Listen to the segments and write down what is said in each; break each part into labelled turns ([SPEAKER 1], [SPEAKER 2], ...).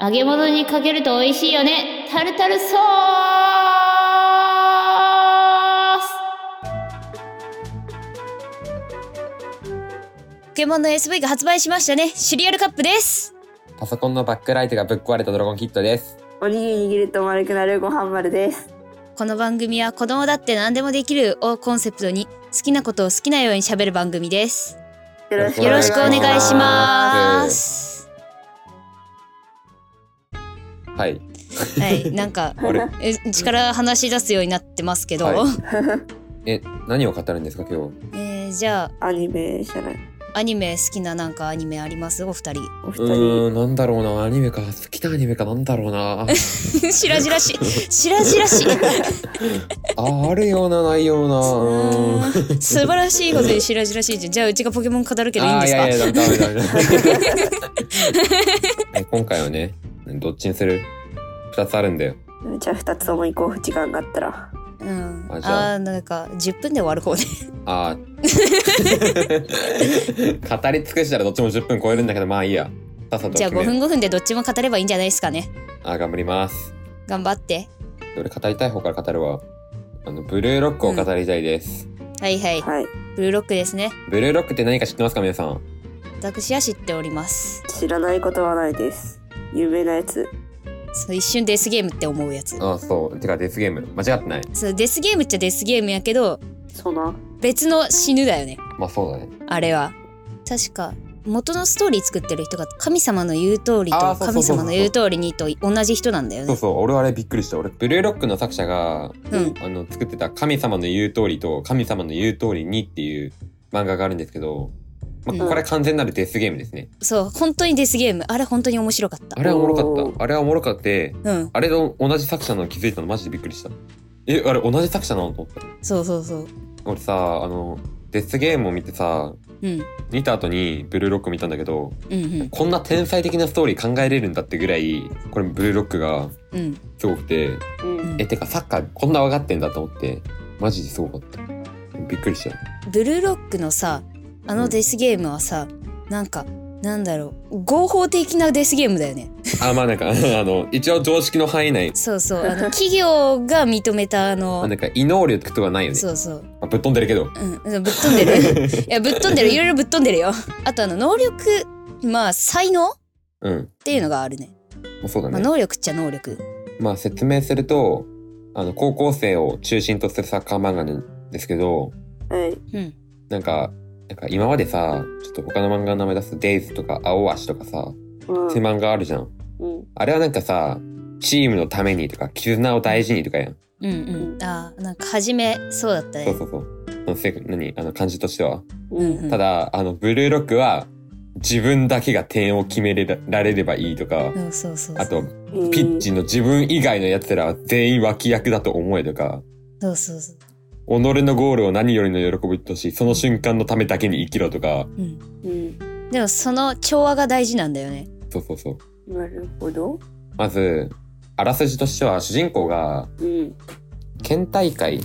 [SPEAKER 1] 揚げ物にかけると美味しいよね。タルタルソース
[SPEAKER 2] ポケモンの SV が発売しましたね。シリアルカップです。
[SPEAKER 3] パソコンのバックライトがぶっ壊れたドラゴンキットです。
[SPEAKER 4] おにぎり握ると丸くなるご飯丸です。
[SPEAKER 2] この番組は子供だって何でもできるをコンセプトに好きなことを好きなように喋る番組です。
[SPEAKER 4] よろしくお
[SPEAKER 2] よ
[SPEAKER 4] 願
[SPEAKER 2] ろ
[SPEAKER 4] い
[SPEAKER 2] し
[SPEAKER 4] し
[SPEAKER 2] くお願い
[SPEAKER 4] ま
[SPEAKER 2] し
[SPEAKER 4] す。
[SPEAKER 2] ます。
[SPEAKER 3] はい。
[SPEAKER 2] はい、なんか、
[SPEAKER 3] あれ
[SPEAKER 2] えうちから話し出すようになってますけど、
[SPEAKER 3] はい え、何を語るんですか今日。
[SPEAKER 2] えーじゃ
[SPEAKER 4] アニメじゃない。
[SPEAKER 2] あ、アニメ好きななんかアニメありますお 二人。
[SPEAKER 4] お二
[SPEAKER 3] う
[SPEAKER 4] 人。
[SPEAKER 3] ーん、なんだろうな。アニメか。好きなアニメかなんだろうな。
[SPEAKER 2] しらじらしい。しらじらしい。
[SPEAKER 3] あ、あるような、ないような。うーん。
[SPEAKER 2] 素晴らしいことにしらじらしいじゃん。じゃあ、うちがポケモン語るけどいいん
[SPEAKER 3] あ
[SPEAKER 2] ですか
[SPEAKER 3] ーいやいや、ダメダメ ダメえ。今回はね、どっちにする二つあるんだよ。
[SPEAKER 4] じゃあ二つとも行こう。時間があったら。
[SPEAKER 2] うん。
[SPEAKER 3] あじゃあ
[SPEAKER 2] あー、なんか、10分で終わる方ね。
[SPEAKER 3] あ ー 語り尽くしたらどっちも10分超えるんだけど、まあいいや。さっさと
[SPEAKER 2] じゃあ
[SPEAKER 3] 決
[SPEAKER 2] 5
[SPEAKER 3] めよう
[SPEAKER 2] 分5分でどっちも語ればいいんじゃないですかね。
[SPEAKER 3] あー、頑張ります。
[SPEAKER 2] 頑張って。
[SPEAKER 3] 俺語りたい方から語るわ。あの、ブルーロックを語りたいです。
[SPEAKER 2] はいはい。
[SPEAKER 4] はい。
[SPEAKER 2] ブルーロックですね。
[SPEAKER 3] ブルーロックって何か知ってますか皆さん。
[SPEAKER 2] 私は知っております。
[SPEAKER 4] 知らないことはないです。有名なやつ。
[SPEAKER 2] そう一瞬デスゲームって思うやつ。
[SPEAKER 3] あー、そう。てか、デスゲーム。間違ってない。
[SPEAKER 2] そうデスゲームっちゃデスゲームやけど、
[SPEAKER 4] そうな。
[SPEAKER 2] 別の死ぬだよね。
[SPEAKER 3] まあそうだね。
[SPEAKER 2] あれは。確か、元のストーリー作ってる人が神様の言う通り
[SPEAKER 3] あ
[SPEAKER 2] と
[SPEAKER 3] ーそうそう
[SPEAKER 2] 神
[SPEAKER 3] そうそう
[SPEAKER 2] 様の言う通りにと同じ人なんだよ
[SPEAKER 3] そう
[SPEAKER 2] ね。
[SPEAKER 3] そう。俺はあれびっくりした。俺、ブルーロックの作者が、
[SPEAKER 2] うん。
[SPEAKER 3] あの作ってた「神様の言う通り」と「神様の言う通りに」っていう漫画があるんですけど、ま
[SPEAKER 2] うん
[SPEAKER 3] あ、これ完全なるデスゲームですね、
[SPEAKER 2] そう、本当にデスゲーム。あれ本当に面白かっ
[SPEAKER 3] あれはおもろか
[SPEAKER 4] お
[SPEAKER 3] ったあれはおもろかって
[SPEAKER 2] た。うん。
[SPEAKER 3] あれと同じ作者なの気づいたのマジでびっくりしたえあれ同じ作者なのと思った
[SPEAKER 2] そうそうそう。
[SPEAKER 3] 俺さあのデスゲームを見てさ
[SPEAKER 2] うん。
[SPEAKER 3] 見た後にブルーロック見たんだけど
[SPEAKER 2] うんうん。
[SPEAKER 3] こんな天才的なストーリー考えれるんだってぐらいこれブルーロックが
[SPEAKER 2] うん。
[SPEAKER 3] すごくて
[SPEAKER 4] うん。
[SPEAKER 3] えてかサッカーこんな分かってんだと思ってマジですごかったびっくりした
[SPEAKER 2] ブルーロックのさあのデスゲームはさ、なんかなんだろう合法的なデスゲームだよね
[SPEAKER 3] あまあなんか あの一応常識の範囲内
[SPEAKER 2] そうそうあの 企業が認めたあ
[SPEAKER 3] まあ
[SPEAKER 2] の
[SPEAKER 3] なんか異能力とかないよね、
[SPEAKER 2] そうそう、
[SPEAKER 3] まあ、ぶっ飛んでるけど
[SPEAKER 2] うん、ぶっ飛んでるいやぶっ飛んでるいろいろぶっ飛んでるよあとあの能力まあ才能っ
[SPEAKER 3] うん
[SPEAKER 2] ていうのがあるね、
[SPEAKER 3] まあそうだ
[SPEAKER 2] まあ、
[SPEAKER 3] ね、
[SPEAKER 2] 能力っちゃ能力
[SPEAKER 3] まあ説明するとあの高校生を中心とするサッカー漫画なんですけど
[SPEAKER 4] はい。
[SPEAKER 2] うん
[SPEAKER 3] なんかなんか今までさちょっと他の漫画の名前出すと「デイズとか「青足」とかさ
[SPEAKER 4] うん
[SPEAKER 3] そういう漫画あるじゃん
[SPEAKER 4] うん。
[SPEAKER 3] あれはなんかさチームのためにとか絆を大事にとかやん
[SPEAKER 2] うんうんあーなんか初めそうだった
[SPEAKER 3] そう
[SPEAKER 2] ね
[SPEAKER 3] そうそうそのせ何あの感じとしては
[SPEAKER 2] うんうん
[SPEAKER 3] ただあのブルーロックは自分だけが点を決めれられればいいとか
[SPEAKER 2] うんそうそうそ
[SPEAKER 3] あ
[SPEAKER 2] う
[SPEAKER 3] と
[SPEAKER 4] うん
[SPEAKER 3] ピッチの自分以外の奴らは全員脇役だと思えとか、
[SPEAKER 2] そうそうそう
[SPEAKER 3] 己のゴールを何よりの喜びとし、その瞬間のためだけに生きろとか、
[SPEAKER 4] うん。
[SPEAKER 2] でもその調和が大事なんだよね
[SPEAKER 3] そうそうそう。
[SPEAKER 4] なるほど。
[SPEAKER 3] まず、あらすじとしては主人公が
[SPEAKER 4] うん。
[SPEAKER 3] 県大会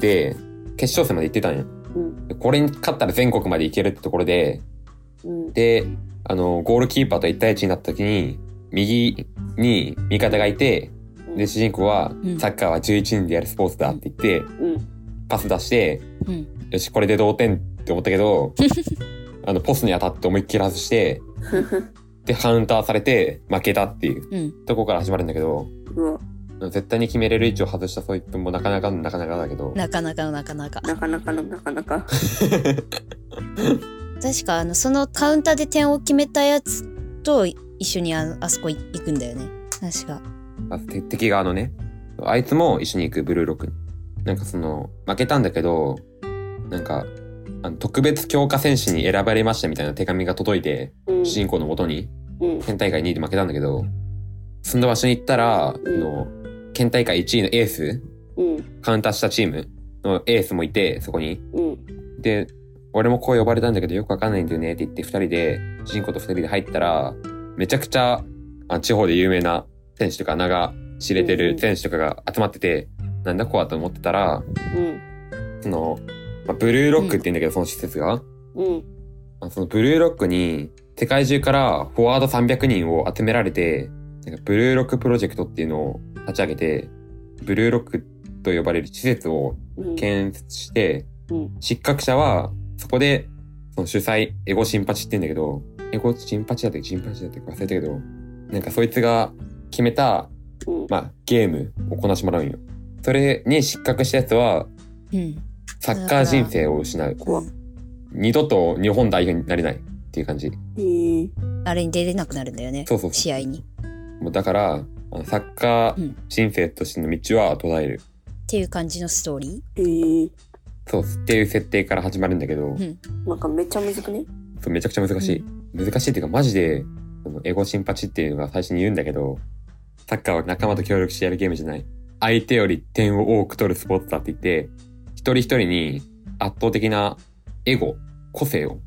[SPEAKER 3] で決勝戦まで行ってたんよ。
[SPEAKER 4] うん。
[SPEAKER 3] これに勝ったら全国まで行けるってところで、
[SPEAKER 4] うん。
[SPEAKER 3] で、あの、ゴールキーパーと1対1になった時に、右に味方がいて、で、主人公は
[SPEAKER 2] うん、
[SPEAKER 3] サッカーは11人でやるスポーツだって言って、
[SPEAKER 4] うん。
[SPEAKER 3] パス出して、
[SPEAKER 2] うん
[SPEAKER 3] よし、これで同点って思った けど、あの、ポスに当たって思いっきり外して、で、カウンターされて負けたっていう
[SPEAKER 2] うん
[SPEAKER 3] とこから始まるんだけど、
[SPEAKER 4] うわ。
[SPEAKER 3] 絶対に決めれる位置を外したそう一分もなかなかのなかなかだけど、
[SPEAKER 2] なかなかのなかなか
[SPEAKER 4] なかなかのなかなか。
[SPEAKER 2] 確かあのそのカウンターで点を決めたやつと一緒にあのあそこ行くんだよね確か
[SPEAKER 3] まずて敵側のね、あいつも一緒に行くブルーロックに。なんかその、負けたんだけど、なんか、あの特別強化選手に選ばれましたみたいな手紙が届いて、
[SPEAKER 4] う ん
[SPEAKER 3] 主人公の元に。
[SPEAKER 4] うん。
[SPEAKER 3] 県大会2位で負けたんだけど、その場所に行ったら、あの、県大会1位のエース、
[SPEAKER 4] うん。
[SPEAKER 3] カウンターしたチームのエースもいて、そこに。
[SPEAKER 4] うん。
[SPEAKER 3] で、俺もこう呼ばれたんだけどよくわかんないんだよねって言って二人で、主人公と二人で入ったら、めちゃくちゃ、あ地方で有名な選手とか名が知れて
[SPEAKER 4] うんう
[SPEAKER 3] る
[SPEAKER 4] ん
[SPEAKER 3] 選手とかが集まってて、なんだこうだと思ってたら、
[SPEAKER 4] うん。
[SPEAKER 3] その、まあブルーロックって言うんだけど、その施設が。
[SPEAKER 4] うん。
[SPEAKER 3] あそのブルーロックに世界中からフォワード300人を集められてなんかブルーロックプロジェクトっていうのを立ち上げて、ブルーロックと呼ばれる施設を
[SPEAKER 4] うん
[SPEAKER 3] 建設して、
[SPEAKER 4] うん
[SPEAKER 3] 失格者はそこでその主催エゴシンパチって言うんだけどエゴシンパチだったっけチンパチだったっけ忘れたけどなんかそいつが決めた、
[SPEAKER 4] うん
[SPEAKER 3] まあ、ゲームをこなしてもらうんよそれに失格したやつは
[SPEAKER 2] うん。
[SPEAKER 3] サッカー人生を失う
[SPEAKER 4] 怖っ
[SPEAKER 3] 二度と日本代表になれないっていう感じ
[SPEAKER 4] えー
[SPEAKER 2] あれに出れなくなるんだよね。
[SPEAKER 3] そうそうそ
[SPEAKER 2] 試合に。っ
[SPEAKER 3] うもうだからあのサッカ
[SPEAKER 2] うん
[SPEAKER 3] ー人生としての道は途絶える、
[SPEAKER 2] ていう感じのストーリ
[SPEAKER 4] えー
[SPEAKER 3] そうっていう設定から始まるんだけど、
[SPEAKER 2] ん
[SPEAKER 4] なんかめっちゃむずくね
[SPEAKER 3] そうめちゃくちゃ難しい、難しいっていうかマジでそのエゴシンパチっていうのが最初に言うんだけどサッカーは仲間と協力してやるゲームじゃない相手より点を多く取るスポーツだって言って一人一人に圧倒的なエゴ個性を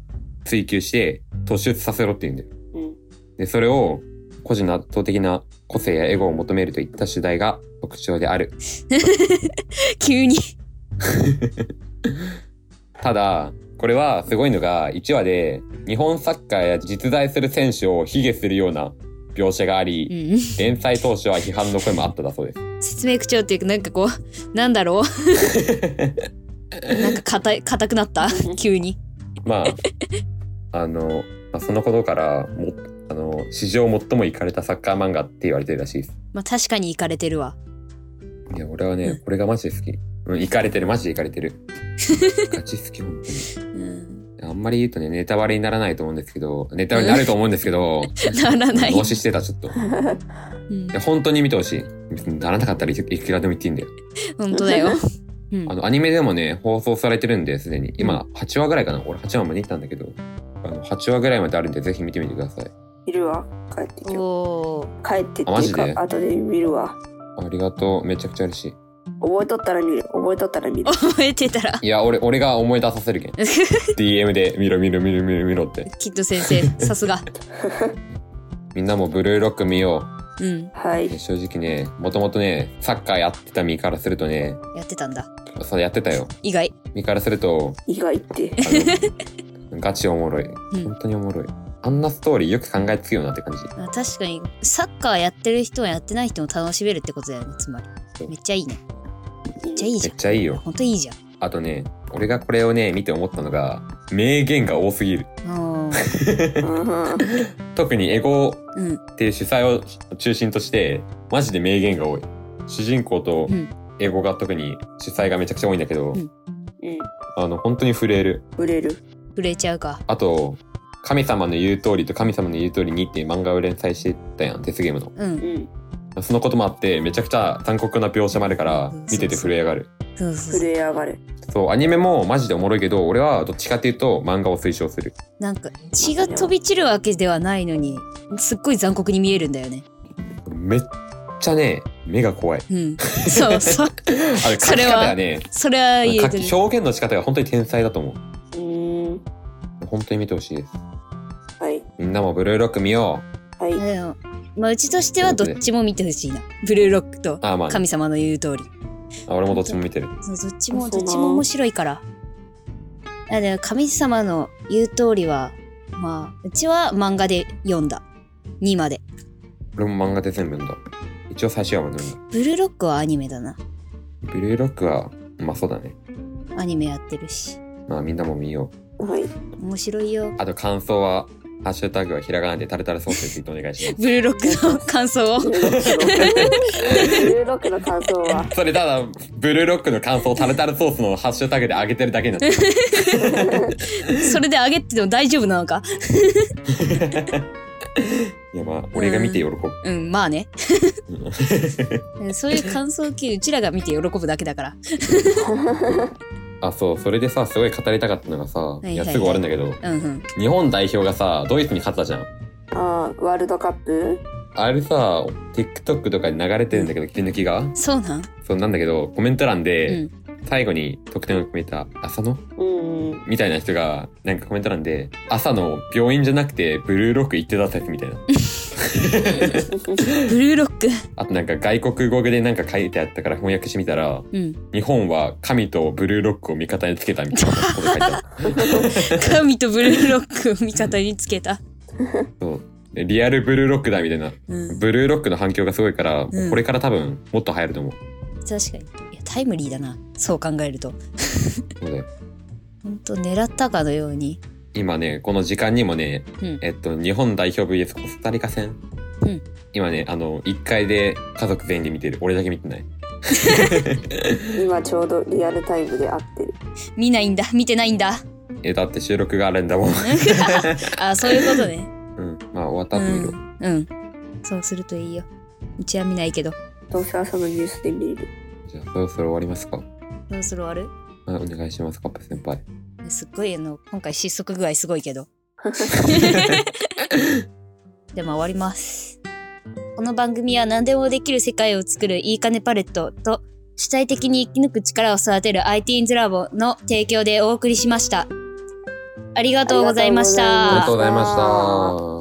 [SPEAKER 3] 追求して突出させろって言うんだよ
[SPEAKER 4] うん
[SPEAKER 3] でそれを個人の圧倒的な個性やエゴを求めるといった主題が特徴である
[SPEAKER 2] ー。 急に。
[SPEAKER 3] ただこれはすごいのが1話で日本サッカーや実在する選手を卑下するような描写があり、
[SPEAKER 2] うん。
[SPEAKER 3] 連載当初は批判の声もあっただそうです。
[SPEAKER 2] 説明口調っていうか、なんかこう、なんだ ろう。なんか硬い、硬くな った。急に。
[SPEAKER 3] ま あ、あの、まあ、そのことからも、あの、史上最もイかれたサッカー漫画って言われてるらしいです。
[SPEAKER 2] まあ確かに行かれてるわ。
[SPEAKER 3] いや、俺はね
[SPEAKER 4] う、
[SPEAKER 3] これがマジで好き。うん、イかれてる、マジでイかれてる。ガチ好き、本
[SPEAKER 2] うん。
[SPEAKER 3] 当に。あんまり言うとね、ネタバレにならないと思うんですけど、ネタバレになると思うんですけど、
[SPEAKER 2] なら ない。
[SPEAKER 3] 脳死してた、ちょっと。い
[SPEAKER 2] うん
[SPEAKER 3] や、本当に見てほしい。別にならなかったらいくいくらでも言っていいんだよ。
[SPEAKER 2] 本当だよ。うん
[SPEAKER 3] あ。の、アニメでもね、放送されてるんで、すでに。今、8話ぐらいかな。俺8話まで来たんだけど、あの、8話ぐらいまであるんで、ぜひ見てみてください。
[SPEAKER 4] いるわ帰ってきよ
[SPEAKER 2] おー。
[SPEAKER 4] う帰ってっ
[SPEAKER 3] あ
[SPEAKER 4] て
[SPEAKER 3] マ
[SPEAKER 4] い
[SPEAKER 3] ジ
[SPEAKER 4] う
[SPEAKER 3] で
[SPEAKER 4] か後で見るわ
[SPEAKER 3] ありがとう。めちゃくちゃ嬉し
[SPEAKER 4] 覚えとったら見る覚えとった ら見る
[SPEAKER 2] 覚えてたら。
[SPEAKER 3] い。いや、俺、俺が思い出させ るけん。DM で見ろ見ろ見ろ見ろ見ろって。
[SPEAKER 2] きっと先生、さす が。
[SPEAKER 3] みんなもブルーロック見よ
[SPEAKER 2] うん。
[SPEAKER 4] はい、
[SPEAKER 3] う。正直ね、もともとね、サッカーやってた身からするとね、
[SPEAKER 2] やってたんだ。
[SPEAKER 3] そうやってたよ。
[SPEAKER 2] 意外。
[SPEAKER 3] 身からすると、
[SPEAKER 4] 意外って
[SPEAKER 3] あのガチおもろい。
[SPEAKER 2] うん
[SPEAKER 3] 本。当におもろい。あんなストーリーよく考えつくよなって感じ。
[SPEAKER 2] あ確かに、サッカーやってる人はやってない人も楽しめるってことだよね、つま
[SPEAKER 3] そ
[SPEAKER 2] り。
[SPEAKER 3] う
[SPEAKER 2] めっちゃいいね。めっちゃいい
[SPEAKER 3] め
[SPEAKER 2] じゃ
[SPEAKER 3] っちゃいい
[SPEAKER 2] ん。
[SPEAKER 3] よ。
[SPEAKER 2] ほんといいじゃん。
[SPEAKER 3] あとね、俺がこれをね、見て思ったのが、名言が多すぎる。
[SPEAKER 2] あー
[SPEAKER 4] うん
[SPEAKER 3] 特にエゴ
[SPEAKER 2] うん。
[SPEAKER 3] っていう主催を中心としてマジで名言が多い主人公と
[SPEAKER 2] うん
[SPEAKER 3] 英語が特に主催がめちゃくちゃ多いんだけど、
[SPEAKER 2] うん
[SPEAKER 4] うん
[SPEAKER 3] あの本当に震える
[SPEAKER 4] 売れる
[SPEAKER 2] 触れちゃうか。
[SPEAKER 3] あと「神様の言う通り」と「神様の言う通りに」っていう漫画を連載してたやんデスゲームの
[SPEAKER 2] う。
[SPEAKER 4] うんん
[SPEAKER 3] そのこともあってめちゃくちゃ残酷な描写もあるから
[SPEAKER 2] うん
[SPEAKER 3] 見てて震え上がる
[SPEAKER 2] そうそう
[SPEAKER 4] 震
[SPEAKER 2] そう。
[SPEAKER 4] え上がる
[SPEAKER 3] そうアニメもマジでおもろいけど俺はどっちかっていうと漫画を推奨する
[SPEAKER 2] なんか、血が飛び散るわけではないのに、すっごい残酷に見えるんだよね。
[SPEAKER 3] めっちゃね目が怖い
[SPEAKER 2] うん。そうそう。
[SPEAKER 3] あれ書き方やね
[SPEAKER 2] それは言え
[SPEAKER 3] 書
[SPEAKER 2] てる
[SPEAKER 3] き。表現の仕方が本当に天才だと思
[SPEAKER 4] うーん
[SPEAKER 3] う本当に見てほしいです
[SPEAKER 4] はい
[SPEAKER 3] みんなもブルーロック見よう。
[SPEAKER 4] はい
[SPEAKER 2] あでもまあ、うちとしてはどっちも見てほしいな。ブルーロックと
[SPEAKER 3] あーまあ、
[SPEAKER 2] 神様の言う通り。
[SPEAKER 3] あ俺もどっちも見てる。
[SPEAKER 2] そうどっちも
[SPEAKER 4] あそ
[SPEAKER 2] ど
[SPEAKER 4] う
[SPEAKER 2] っ
[SPEAKER 4] な
[SPEAKER 2] ちも面白いから。あでも神様の言う通りはまあうちは漫画で読んだ2まで。
[SPEAKER 3] 俺も漫画で全部読んだ。一応最終話まで読ん
[SPEAKER 2] ブルーロックはアニメだな。
[SPEAKER 3] だ。ブルーロックは、まあそうだね。
[SPEAKER 2] アニメやってるし
[SPEAKER 3] まあみんなも見よう。
[SPEAKER 4] はい
[SPEAKER 2] 面白いよ。
[SPEAKER 3] あと感想は、ハッシュタグはひらがなでタルタルソースでツイートお願いしま
[SPEAKER 2] ブルーロックの感想を
[SPEAKER 4] ブルーロックの感想は
[SPEAKER 3] す。それただ、ブルーロックの感想をタルタルソースのハッシュタグで上げてるだけになってる。
[SPEAKER 2] それで上げても大丈夫なのか。
[SPEAKER 3] いやまあ、俺が見て喜ぶ。
[SPEAKER 2] うんまあ ね。
[SPEAKER 3] うん
[SPEAKER 2] うんそういう感想系うちらが見て喜ぶだけだから。
[SPEAKER 3] あ、そう、それでさ、すごい語りたかったのがさ、
[SPEAKER 2] い
[SPEAKER 3] いや、
[SPEAKER 2] はい
[SPEAKER 3] すぐ終わるんだけど、
[SPEAKER 2] うんうん。
[SPEAKER 3] 日本代表がさ、ドイツに勝ったじゃん。
[SPEAKER 4] あーワールドカップ
[SPEAKER 3] あれさ、TikTok とかに流れてるんだけど、切り抜きが。
[SPEAKER 2] そうなん。
[SPEAKER 3] そうなんだけど、コメント欄
[SPEAKER 2] う
[SPEAKER 3] で、
[SPEAKER 2] ん。
[SPEAKER 3] 最後に得点を決めた浅野
[SPEAKER 4] うん
[SPEAKER 3] みたいな人がなんかコメント欄で朝の病院じゃなくてブルーロック行ってた説みたいな
[SPEAKER 2] ブルーロック。
[SPEAKER 3] あとなんか外国語でなんか書いてあったから翻訳してみたら
[SPEAKER 2] うん。
[SPEAKER 3] 日本は神とブルーロックを味方につけたみたいなこと書いてあった
[SPEAKER 2] 神とブルーロックを味方につけた。
[SPEAKER 3] そうリアルブルーロックだみたいな。
[SPEAKER 2] うん、
[SPEAKER 3] ブルーロックの反響がすごいから、もううんこれから多分もっと流行ると思う。
[SPEAKER 2] 確かにいやタイムリーだなそう考えると
[SPEAKER 3] そうだよ
[SPEAKER 2] ほんと狙ったかのように
[SPEAKER 3] 今ね、この時間にもね、
[SPEAKER 2] うん
[SPEAKER 3] えっと、日本代表 VS コスタリカ戦。
[SPEAKER 2] うん
[SPEAKER 3] 今ね、あの、1回で家族全員で見てる。俺だけ見てない。
[SPEAKER 4] 今ちょうどリアルタイムで合ってる
[SPEAKER 2] 見ないんだ見てないんだ
[SPEAKER 3] え、だって収録があるんだもん。
[SPEAKER 2] あそういうことね
[SPEAKER 3] うん。まあ、終わった後見るわ。
[SPEAKER 2] うんそうするといいようちは見ないけど
[SPEAKER 4] どうせ朝のニュースで見れる
[SPEAKER 3] じゃあ、そろそろ終わりますか。
[SPEAKER 2] そろそろ終わ
[SPEAKER 3] あお願いします、カップ先輩。
[SPEAKER 2] るすっごいあの今回失速具合すごいけ どでも終わりますこの番組は何でもできる世界を作るいいかねパレットと主体的に生き抜く力を育てる IT インズラボの提供でお送りしましたありがとうございまし
[SPEAKER 4] ありがとうございました
[SPEAKER 3] ありがとうございました。